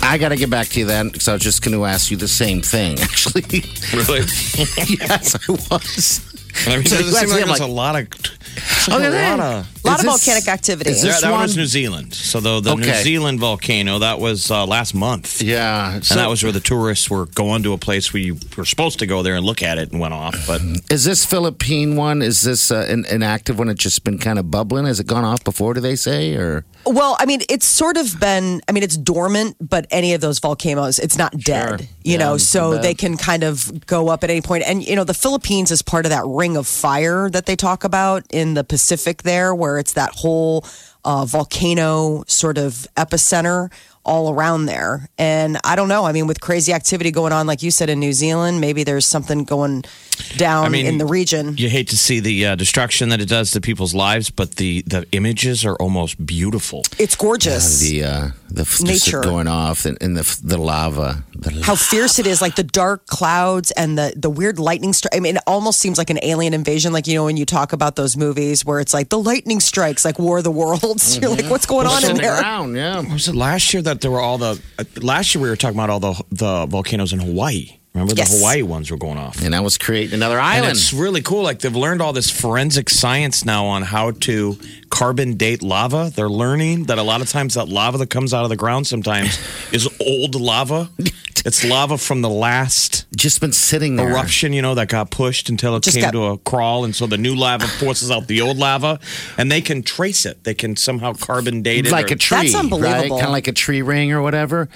I got to get back to you then because I was just going to ask you the same thing, actually. Really? yes, I was. I mean, it So doesn't seem you asked me, like I'm there's like- a lot of. it's like Okay, a then. lot of. a lot of Is this- volcanic activity. is There- this that one was one- New Zealand. So the, the New Okay. Zealand volcano that was uh, last month, Yeah. So and that was where the tourists were going to a place where you were supposed to go there and look at it and went off. But is this Philippine one? Is this uh, an inactive one? It's just been kind of bubbling. Has it gone off before? Do they say or? Well, I mean, it's sort of been, I mean, it's dormant, but any of those volcanoes, it's not dead, you know, so they can kind of go up at any point. And, you know, the Philippines is part of that ring of fire that they talk about in the Pacific there, where it's that whole uh, volcano sort of epicenter all around there. And I don't know. I mean, with crazy activity going on, like you said, in New Zealand, maybe there's something going down I mean, in the region. you hate to see the uh, destruction that it does to people's lives, but the the images are almost beautiful. It's gorgeous. the uh, the f- just Nature. it going off and, and the f- the lava. The how fierce it is like the dark clouds and the the weird lightning strike i mean it almost seems like an alien invasion like you know when you talk about those movies where it's like the lightning strikes like war of the worlds you're like what's going on in the there ground, yeah. Was it last year that there were all the? Uh, last year we were talking about all the the volcanoes in Hawaii. Remember Yes. the Hawaii ones were going off. And that was creating another And island. it's really cool. Like they've learned all this forensic science now on how to carbon date lava. They're learning that a lot of times that lava that comes out of the ground sometimes is old lava. It's lava from the last Just been sitting there. eruption, you know, that got pushed until it Just came got- to a crawl, and so the new lava forces out the old lava, and they can trace it. They can somehow carbon date it, Like or a tree, That's unbelievable. Kind of like a tree ring or whatever.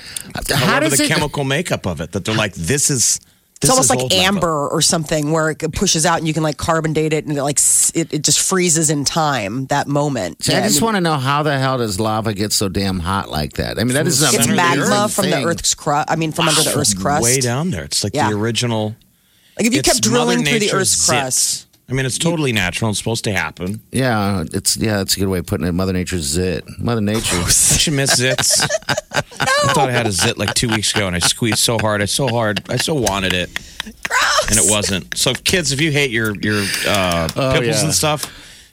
How however does the it? chemical makeup of it. That they're like, this is. it's This almost is like old lava. amber or something where it pushes out and you can like carbon date it and it like s- it, it just freezes in time that moment See, I Yeah, just mean, want to know how the hell does lava get so damn hot like that? I mean, that is not it's Under the magma earth from the thing. earth's crust i mean from under the earth's crust Way down there. It's like Yeah. the original. like if you it's kept drilling Mother through the Nature's earth's zits. crust I mean, it's totally natural. It's supposed to happen. Yeah, it's yeah, that's a good way of putting it. Mother Nature's zit. Mother Nature. Don't you miss zits? I thought I had a zit like two weeks ago, and I squeezed so hard. I so hard. I so wanted it, and it wasn't. So, kids, if you hate your your uh, pimples Oh, yeah. and stuff,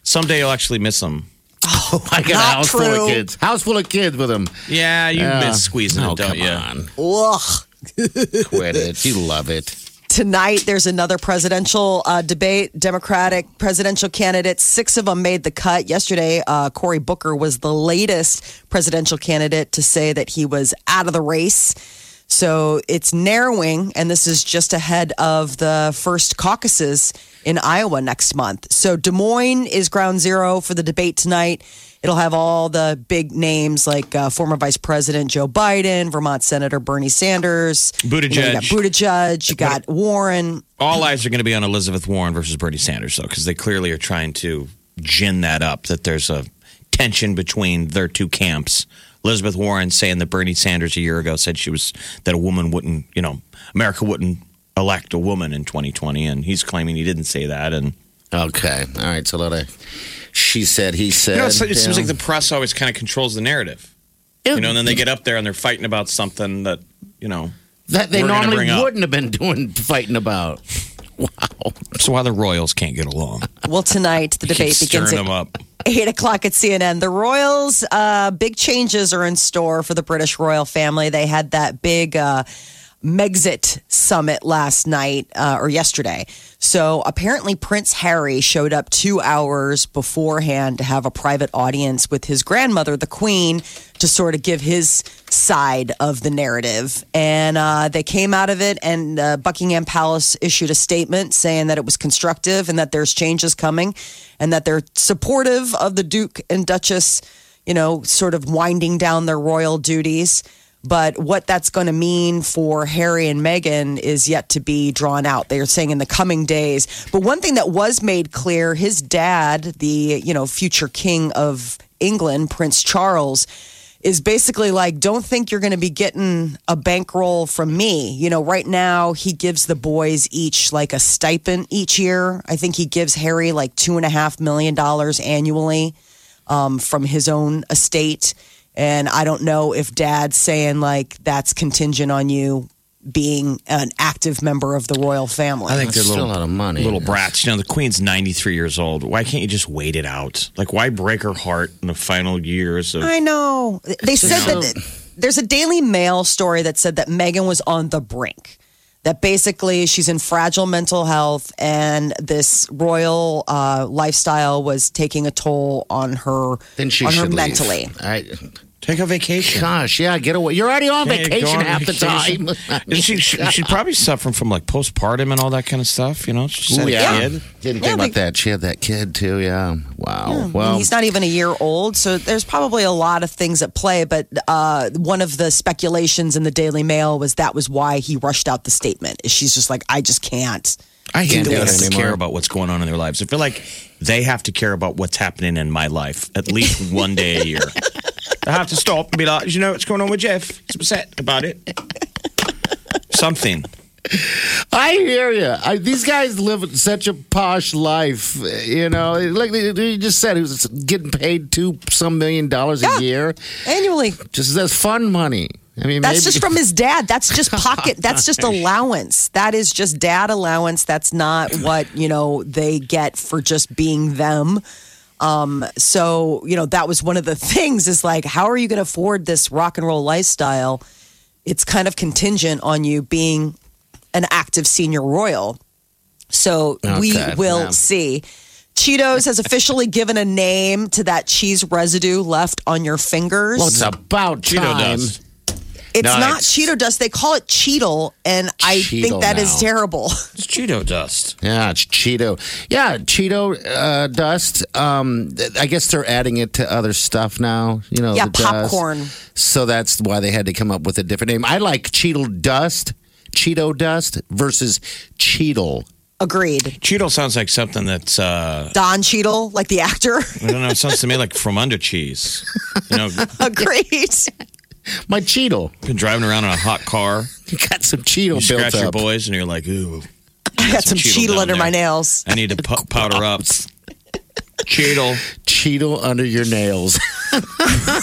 someday you'll actually miss them. I got a Not house full true. of kids. House full of kids with them. Yeah, you Yeah. miss squeezing oh, it, don't come you? on. Ugh. Quit it. You love it. tonight there's another presidential uh, debate democratic presidential candidates six of them made the cut yesterday uh, cory booker was the latest presidential candidate to say that he was out of the race so it's narrowing and this is just ahead of the first caucuses in iowa next month so des moines is ground zero for the debate tonight It'll have all the big names like uh, former Vice President Joe Biden, Vermont Senator Bernie Sanders, Buttigieg. You know, you got Buttigieg, you got Warren. All eyes are going to be on Elizabeth Warren versus Bernie Sanders, though, because they clearly are trying to gin that up that there's a tension between their two camps. Elizabeth Warren saying that Bernie Sanders a year ago said she was that a woman wouldn't, you know, America wouldn't elect a woman in 2020, and he's claiming he didn't say that. And Okay. All right. So a lot of she said, he said. um, you know, it's, it seems Yeah. like the press always kind of controls the narrative, you know, and then they get up there and they're fighting about something that you know. that they we're gonna normally bring up. wouldn't have been doing fighting about. Wow. So why the Royals can't get along? Well, tonight the Keep debate begins stirring at them up. eight o'clock at CNN. The Royals, uh, big changes are in store for the British royal family. They had that big uh, Megxit summit last night uh, or yesterday. So apparently, Prince Harry showed up two hours beforehand to have a private audience with his grandmother, the Queen, to sort of give his side of the narrative. And uh, they came out of it, and uh, Buckingham Palace issued a statement saying that it was constructive and that there's changes coming and that they're supportive of the Duke and Duchess, you know, sort of winding down their royal duties. But what that's going to mean for Harry and Meghan is yet to be drawn out. They are saying in the coming days. But one thing that was made clear, his dad, the you know future king of England, Prince Charles, is basically like, don't think you're going to be getting a bankroll from me. You know, right now he gives the boys each like a stipend each year. I think he gives Harry like two and a half million dollars annually um, from his own estate. And I don't know if dad's saying like that's contingent on you being an active member of the royal family. I think That's they're still little, a lot of money. little brats. You know, the queen's 93 years old. Why can't you just wait it out? Like, why break her heart in the final years of. I know. They said so- that there's a Daily Mail story that said that Megan was on the brink. That basically she's in fragile mental health, and this royal uh, lifestyle was taking a toll on her, Then she on her should leave. mentally. I, Take a vacation. gosh, yeah, get away. You're already on Yeah, vacation go on half vacation. the time. And she, she, she's probably suffering from like postpartum and all that kind of stuff. You know, she's Ooh, had a yeah. kid. Didn't think Yeah, about like- that. She had that kid too. Yeah. Wow. And well, he's not even a year old, so there's probably a lot of things at play. But uh, one of the speculations in the Daily Mail was that was why he rushed out the statement. Is She's just like, I just can't. I hate Can't that do they it have to anymore. care about what's going on in their lives. I feel like they have to care about what's happening in my life at least one day a year. I have to stop and be like, you know what's going on with Jeff? He's upset about it. Something. I hear you. I, these guys live such a posh life, you know. Like you just said, who's getting paid two some million dollars Yeah. a year? Annually, Just that's fun money. I mean, That's maybe- just from his dad. That's just pocket. That's just allowance. That is just dad allowance. That's not what, you know, they get for just being them. Um, so, you know, that was one of the things is like, how are you going to afford this rock and roll lifestyle? It's kind of contingent on you being an active senior royal. So we Okay, will yeah. see. Cheetos has officially given a name to that cheese residue left on your fingers. Well, it's about Cheeto time. dust. It's No, not it's- Cheeto dust. They call it Cheetle, and I Cheetle think that is now. terrible. It's Cheeto dust. Yeah, it's Cheeto. Yeah, Cheeto uh, dust. Um, th- I guess they're adding it to other stuff now. You know, Yeah, the dust. popcorn. So that's why they had to come up with a different name. I like Cheeto dust, Cheeto dust versus Cheetle. Agreed. Cheeto sounds like something that's uh, Don Cheetle, like the actor. I don't know. It sounds to me like from under cheese. You know, Agreed. My Cheetle been driving around in a hot car, got some Cheeto you built scratch your up. boys, and you're like, ooh, I got some, Cheetle Cheetle, down under there. my nails. I need to pu- powder up. Cheeto. Cheeto under your nails.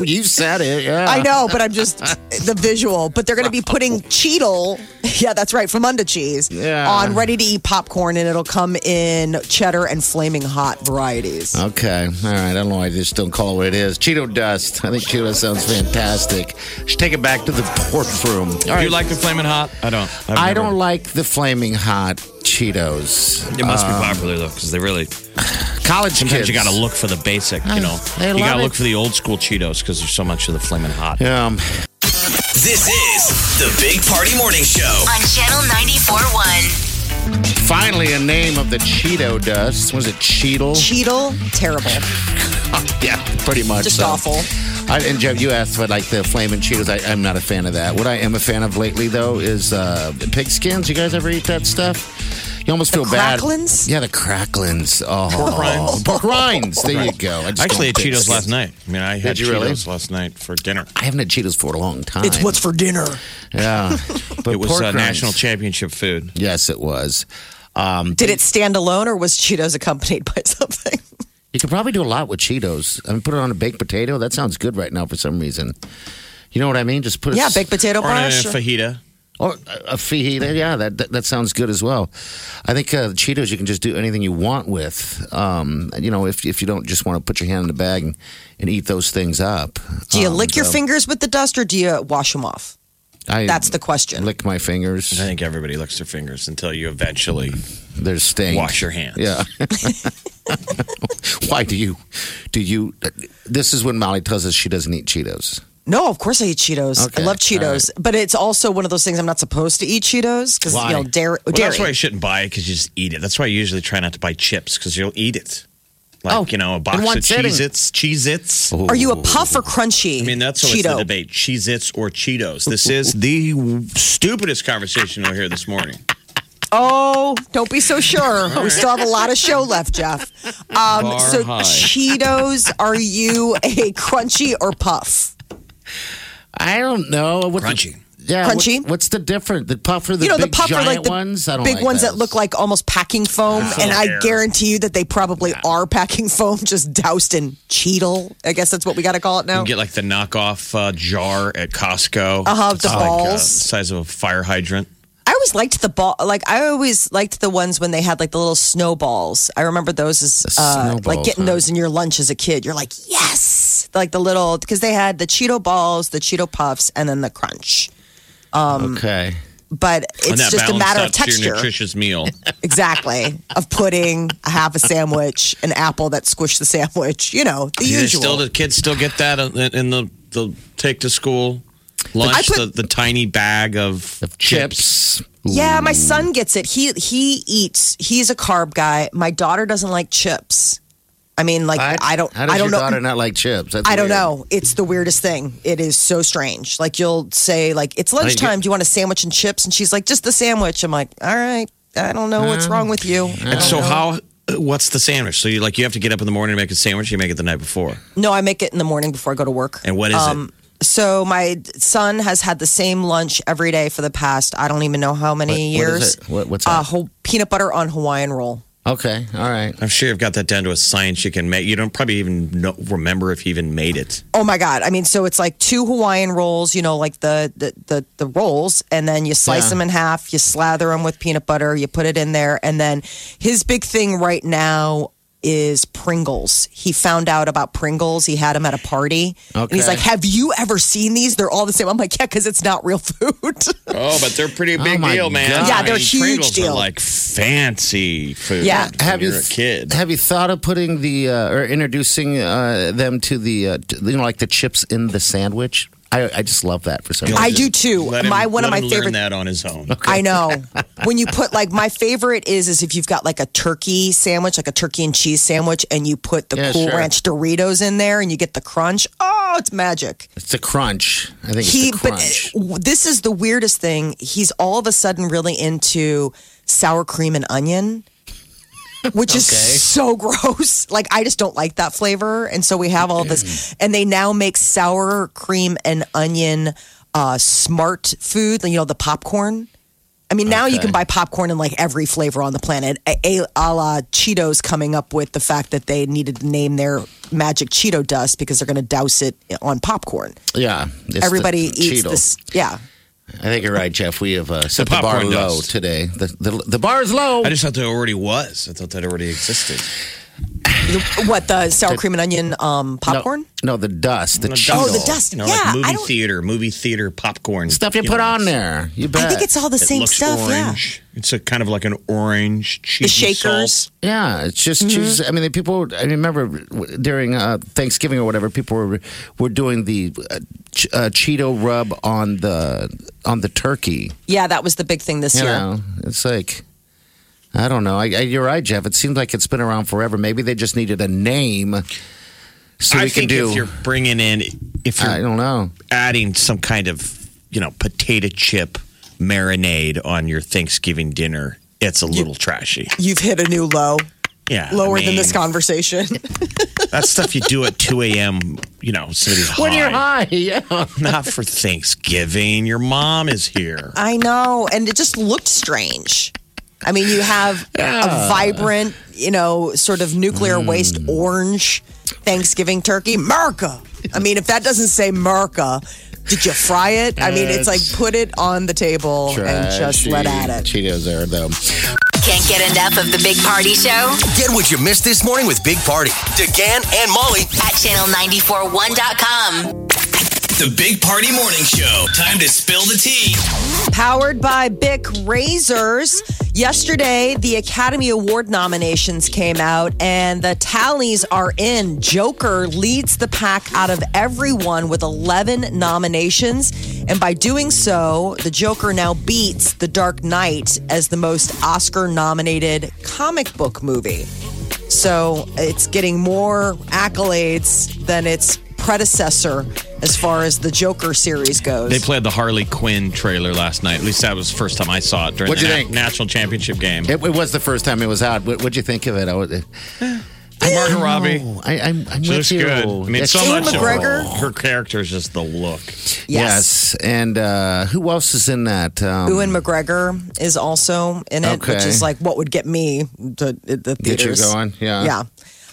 you said it. Yeah. I know, but I'm just the visual. But they're going to be putting Cheetle, yeah, that's right, from under cheese Yeah. on ready to eat popcorn, and it'll come in cheddar and flaming hot varieties. Uh. Okay. All right. I don't know why I just don't call it what it is. Cheeto dust. I think Cheeto dust sounds fantastic. Should take it back to the boardroom. All Do right. you like the flaming hot? I don't. I've I never- don't like the flaming hot Cheetos. It must be popular though, because they really. College Sometimes um, kids. you got to look for the basic. You know, They you love got to it. look for the old school Cheetos because there's so much of the flaming hot. Um, This is the Big Party Morning Show. on Channel 94.1. finally, a name of the Cheeto dust. Was it Cheetle? Cheetle, terrible. yeah, pretty much. Just so. awful. I, and Jeff, you asked about like the flaming Cheetos. I, I'm not a fan of that. What I am a fan of lately, though, is uh, pig skins. You guys ever eat that stuff? You almost feel bad. cracklins? Yeah, the cracklins. Oh, pork rinds. Pork rinds. There you go. I just I actually had don't Cheetos think- last night. I mean, I had Did you really? Cheetos last night for dinner. I haven't had Cheetos for a long time. It's what's for dinner. yeah. But It was pork uh, rinds- national championship food. Yes, it was. Um, Did it stand alone, or was Cheetos accompanied by something? You could probably do a lot with Cheetos. I mean, put it on a baked potato. That sounds good right now for some reason. You know what I mean? Just put a Yeah, s- baked potato Or in a pie. sure. fajita. or a a fajita. Yeah, that, that that sounds good as well. I think uh, Cheetos you can just do anything you want with. Um, you know, if if you don't just want to put your hand in the bag and, and eat those things up. Do you Um, lick your so fingers with the dust or do you wash them off? I That's the question. lick my fingers. I think everybody licks their fingers until you eventually They're stained. wash your hands. Yeah. Why do you do you? This is when Molly tells us she doesn't eat Cheetos. No, of course I eat Cheetos. Okay, I love Cheetos, but it's also one of those things I'm not supposed to eat Cheetos because you know dairy. Well, dairy. that's why you shouldn't buy it because you just eat it. That's why you usually try not to buy chips because you'll eat it. Like, Oh, you know, a box in one of sitting. Cheez Its, Cheez Its. Are you a puff or crunchy? I mean, that's always Cheeto. the debate Cheez Its or Cheetos. This is the stupidest conversation we'll hear this morning. Oh, don't be so sure. We still have a lot of show left, Jeff. Um, Bar so high. Cheetos, are you a crunchy or puff? I don't know. What the- Crunchy. yeah. what- Crunchy? what's the difference? The puffer, the you know, big the puff are giant like the ones. I don't big like ones that those. look like almost packing foam, and I air. guarantee you that they probably are packing foam, just doused in Cheetal. I guess that's what we got to call it now. You get like the knockoff uh, jar at Costco. Uh-huh, the It's like, uh, balls. size of a fire hydrant. I always liked the ball. Like I always liked the ones when they had like the little snowballs. I remember those as uh, snowballs, like getting huh? those in your lunch as a kid. You're like, yes, like the little because they had the Cheeto balls, the Cheeto puffs, and then the crunch. okay. But and it's that just balanced a matter of out to texture, your nutritious meal. exactly, of pudding, a half a sandwich, an apple that squished the sandwich. You know Do the they usual. still, the kids still get that in the, in the, the take to school lunch, put- the, the tiny bag of, chips. Chips. yeah, my son gets it. He he eats. He's a carb guy. My daughter doesn't like chips. I mean, like I, don't. How does I don't your know. daughter not like chips? That's I don't weird. know. It's the weirdest thing. It is so strange. Like you'll say, like it's you lunchtime. get- Do you want a sandwich and chips? And she's like, just the sandwich. I'm like, all right. I don't know what's wrong with you. And so Uh-huh. how? What's the sandwich? So you like you have to get up in the morning to make a sandwich. You make it the night before. No, I make it in the morning before I go to work. And what is it? So my son has had the same lunch every day for the past I don't even know how many What- what years. is it? What- what's uh, that? whole peanut butter on Hawaiian roll. Okay. All right. I'm sure you've got that down to a science. You can make. You don't probably even know, remember if you even made it. Oh my god! I mean, so it's like two Hawaiian rolls, you know, like the the the, the rolls, and then you slice Yeah. them in half, you slather them with peanut butter, you put it in there, and then his big thing right now is Pringles. He found out about Pringles. He had them at a party, and he's Okay. like, "Have you ever seen these? They're all the same." I'm like, "Yeah, because it's not real food." Oh, but they're pretty big my deal, man. God. Yeah, they're huge Pringles deal. Are like fancy food. Yeah. when Have you you're a kid? Have you thought of putting the uh, or introducing uh, them to the uh, t- you know like the chips in the sandwich? I, I just love that for some reason. I do too. Let him- my one of let my him favorite learn that on his own. I know. When you put like my favorite is is if you've got like a turkey sandwich, like a turkey and cheese sandwich, and you put the Yeah, Cool sure. Ranch Doritos in there, and you get the crunch. Oh, it's magic. It's the crunch. I think it's He, the but uh, crunch. w- this is the weirdest thing. He's all of a sudden really into sour cream and onion. Which is so gross. Like I just don't like that flavor, and so we have all this. Mm. And they now make sour cream and onion uh, smart food. You know the popcorn. I mean, now you can buy popcorn in like every flavor on the planet. A, a, a la Cheetos coming up with the fact that they needed to name their magic Cheeto dust because they're going to douse it on popcorn. yeah, it's Everybody the eats Cheeto. this. Yeah. I think you're right, Jeff. We have uh, set the, bar popcorn low dust. today. The, the the bar is low. I just thought that already was. I thought that already existed. The- what, the sour cream and onion um, no, popcorn? no, the dust, the Cheeto Oh, the dust. You know, Yeah, like I movie don't- theater, movie theater popcorn stuff you, know, put it's- on there. You bet. I think it's all the It same looks stuff. Orange. It's a kind of like an orange cheese. shakers. Yeah, it's just cheese. I mean, the people. I remember during uh, Thanksgiving or whatever, people were were doing the uh, ch- uh, Cheeto rub on the on the turkey. Yeah. Yeah, that was the big thing this You year. know, it's like I don't know. I, I, you're right, Jeff. It seems like it's been around forever. Maybe they just needed a name so I we can think do. if you're bringing in, if you're I don't know. adding some kind of, you know, potato chip marinade on your Thanksgiving dinner, it's a little trashy. You've hit a new low, Yeah, lower I than this mean, conversation. That stuff you do at 2 a.m. You know, somebody's high. When you're high, yeah. Not for Thanksgiving. Your mom is here. I know, and it just looked strange. I mean, you have a vibrant, you know, sort of nuclear waste orange Thanksgiving turkey, Merca. I mean, if that doesn't say Merca, did you fry it? I mean, it's like put it on the table and just let at it. Cheetos are though. Can't get enough of the Big Party Show Get what you missed this morning with Big Party, DeGan and Molly at channel941.com. The Big Party Morning Show. Time to spill the tea. Powered by Bic Razors. Yesterday, the Academy Award nominations came out and the tallies are in. Joker leads the pack out of everyone with 11 nominations. And by doing so, the Joker now beats The Dark Knight as the most Oscar nominated comic book movie. So it's getting more accolades than its predecessor as far as the Joker series goes. They played the Harley Quinn trailer last night. At least that was the first time I saw it during What'd the you na- think? national championship game. It, it was the first time it was out. What, what'd you think of it? I, would- Margot Robbie. Oh, I, I'm, I'm She with looks you. good. I mean, Yes, so she- much of her, McGregor? her character is just the look. Yes. And uh, who else is in that? Um, Ewan McGregor is also in it, which Okay. is like what would get me to at the Get you theaters. going, yeah. Yeah.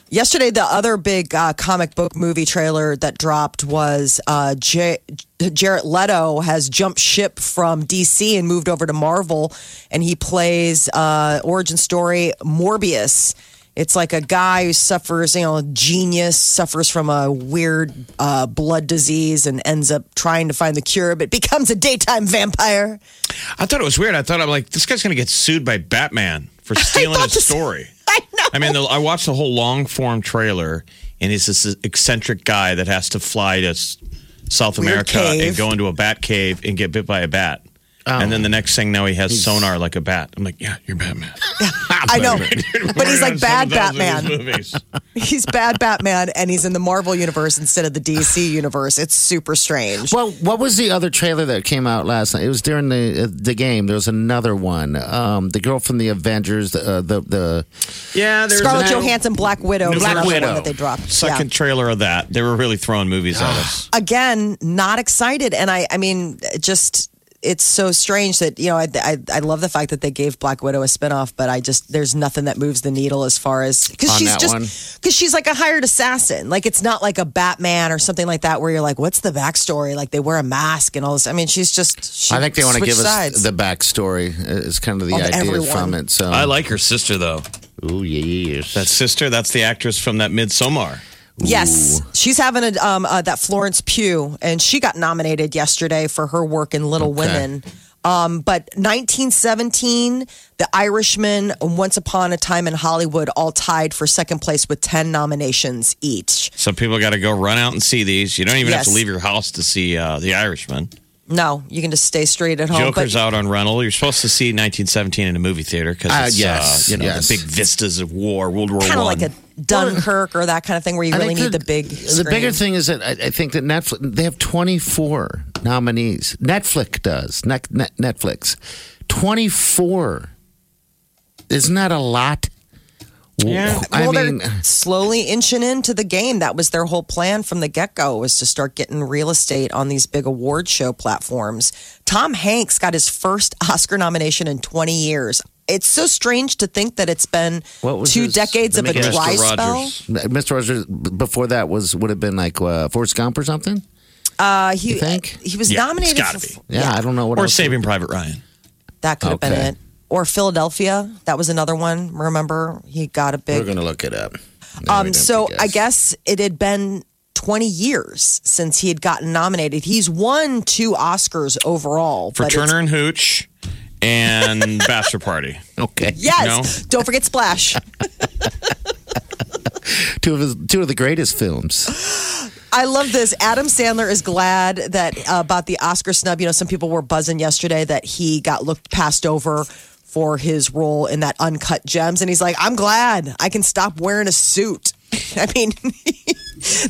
Yesterday, the other big uh, comic book movie trailer that dropped was uh, J- Jared Leto has jumped ship from DC and moved over to Marvel, and he plays uh, origin story Morbius. It's like a guy who suffers, you know, a genius suffers from a weird uh, blood disease and ends up trying to find the cure, but becomes a daytime vampire. I thought it was weird. I thought I'm like, this guy's going to get sued by Batman for stealing thought his this- story. I know. I mean, the, I watched the whole long form trailer, and he's this eccentric guy that has to fly to S- South Weird America and cave. go into a bat cave and get bit by a bat. And Oh. then the next thing, now he has sonar like a bat. I'm like, yeah, you're Batman. I know. But he's like Some bad of those in Batman. these movies. He's bad Batman and he's in the Marvel universe instead of the DC universe. It's super strange. Well, what was the other trailer that came out last night? It was during the uh, the game. There was another one. Um, the girl from the Avengers. Uh, the the Yeah, there's Scarlett an- Johansson, Black Widow, is Black another Widow. one that they dropped. Second Yeah. trailer of that. They were really throwing movies at us. Again, not excited. And I, I mean, just it's so strange that you know I, I, I love the fact that they gave Black Widow a spinoff, but I just there's nothing that moves the needle as far as because On she's that just one. because she's like a hired assassin. Like it's not like a Batman or something like that where you're like, what's the backstory? Like they wear a mask and all this. I mean, she's just. She I think they want to switched give sides. us the backstory. It's kind of the Of idea everyone. from it. So I like her sister though. Oh yes. That sister, that's the actress from that Midsommar. Yes, she's having a um uh, that Florence Pugh, and she got nominated yesterday for her work in Little Women. Um, but 1917, The Irishman, and Once Upon a Time in Hollywood, all tied for second place with ten nominations each. So people got to go run out and see these. You don't even have to Yes. leave your house to see uh, The Irishman. No, you can just stay straight at home. Joker's but out on rental. You're supposed to see 1917 in a movie theater because Ah, it's yes, uh, you know yes. the big vistas of war, World War kind of One. like a Dunkirk or that kind of thing, where you I really need think the, big. The bigger screen. thing is that I, I think that Netflix they have twenty four nominees. Netflix does. Net, net, Netflix twenty four. Isn't that a lot? Yeah. I well, mean, uh, they're slowly inching into the game. That was their whole plan from the get go was to start getting real estate on these big award show platforms. Tom Hanks got his first Oscar nomination in 20 years. It's so strange to think that it's been What was two his- decades of a let me guess. dry Mr. spell. Rogers. Mr. Rogers b- before that was would have been like uh, Forrest Gump or something. Uh, he You think? he was Yeah, nominated. it's gotta for, be. Yeah, I don't know what. or else- Saving Private Ryan. That could have Okay. been it. Or Philadelphia. That was another one. Remember, he got a We're big gonna look it up. No, we Um, don't so I guess it had been 20 years since he had gotten nominated. He's won two Oscars overall. for but it's- Turner and Hooch and Bachelor Party. Okay. Yes. Don't forget Splash. Two of his, two of the greatest films. I love this. Adam Sandler is glad that uh, about the Oscar snub. You know, some people were buzzing yesterday that he got looked passed over for his role in that Uncut Gems, and he's like, "I'm glad I can stop wearing a suit." I mean,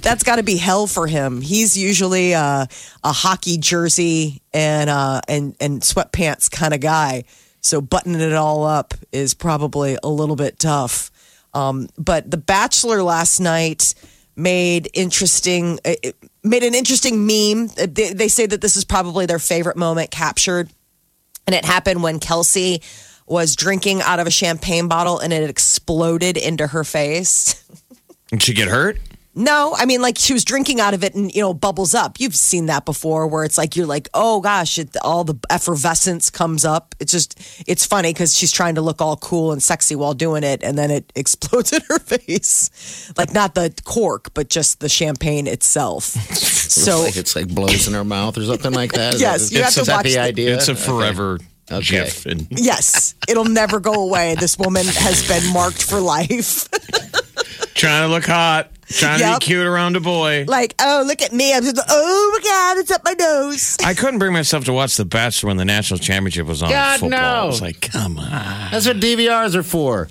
that's got to be hell for him. He's usually uh, a hockey jersey and uh, and and sweatpants kind of guy, so buttoning it all up is probably a little bit tough. Um, but The Bachelor last night made interesting it- it made an interesting meme. Uh, They, they say that this is probably their favorite moment captured, and it happened when Kelsey was drinking out of a champagne bottle and it exploded into her face. Did she get hurt? No, I mean like she was drinking out of it and you know bubbles up. You've seen that before where it's like you're like, "Oh gosh, it, all the effervescence comes up." It's just it's funny cuz she's trying to look all cool and sexy while doing it and then it explodes in her face. Like not the cork, but just the champagne itself. so like it's like blows in her mouth or something like that. Is Yes, that, you have is to that watch the the- idea. It's a Okay. forever Okay. GIF. And yes, it'll never go away. This woman has been marked for life. trying to look hot, trying Yep. to be cute around a boy. like, "Oh, look at me. I'm just oh my god, it's up my nose." I couldn't bring myself to watch The Bachelor when the national championship was on. God, football. no. I was like, come on. That's what DVRs are for.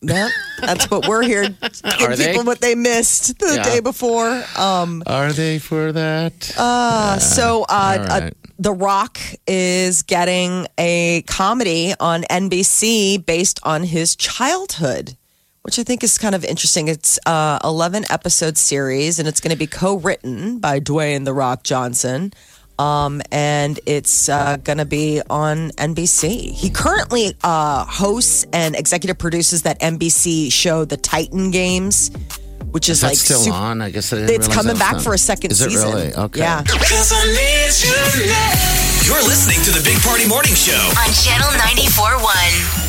Yeah, that's what we're here. Give Are they? people what they missed the Yeah. day before. Um, Are they for that? uh, so uh, all uh, right. The Rock is getting a comedy on NBC based on his childhood, which I think is kind of interesting. It's uh, 11 episode series, and it's going to be co-written by Dwayne The Rock Johnson. Um, and it's uh, going to be on NBC. He currently uh, hosts and executive produces that NBC show, The Titan Games, which is That's like still super- on. I guess I didn't it's realize coming back that was on. for a second Is it season. really? Okay. Yeah. You're listening to the Big Party Morning Show. on Channel 94.1.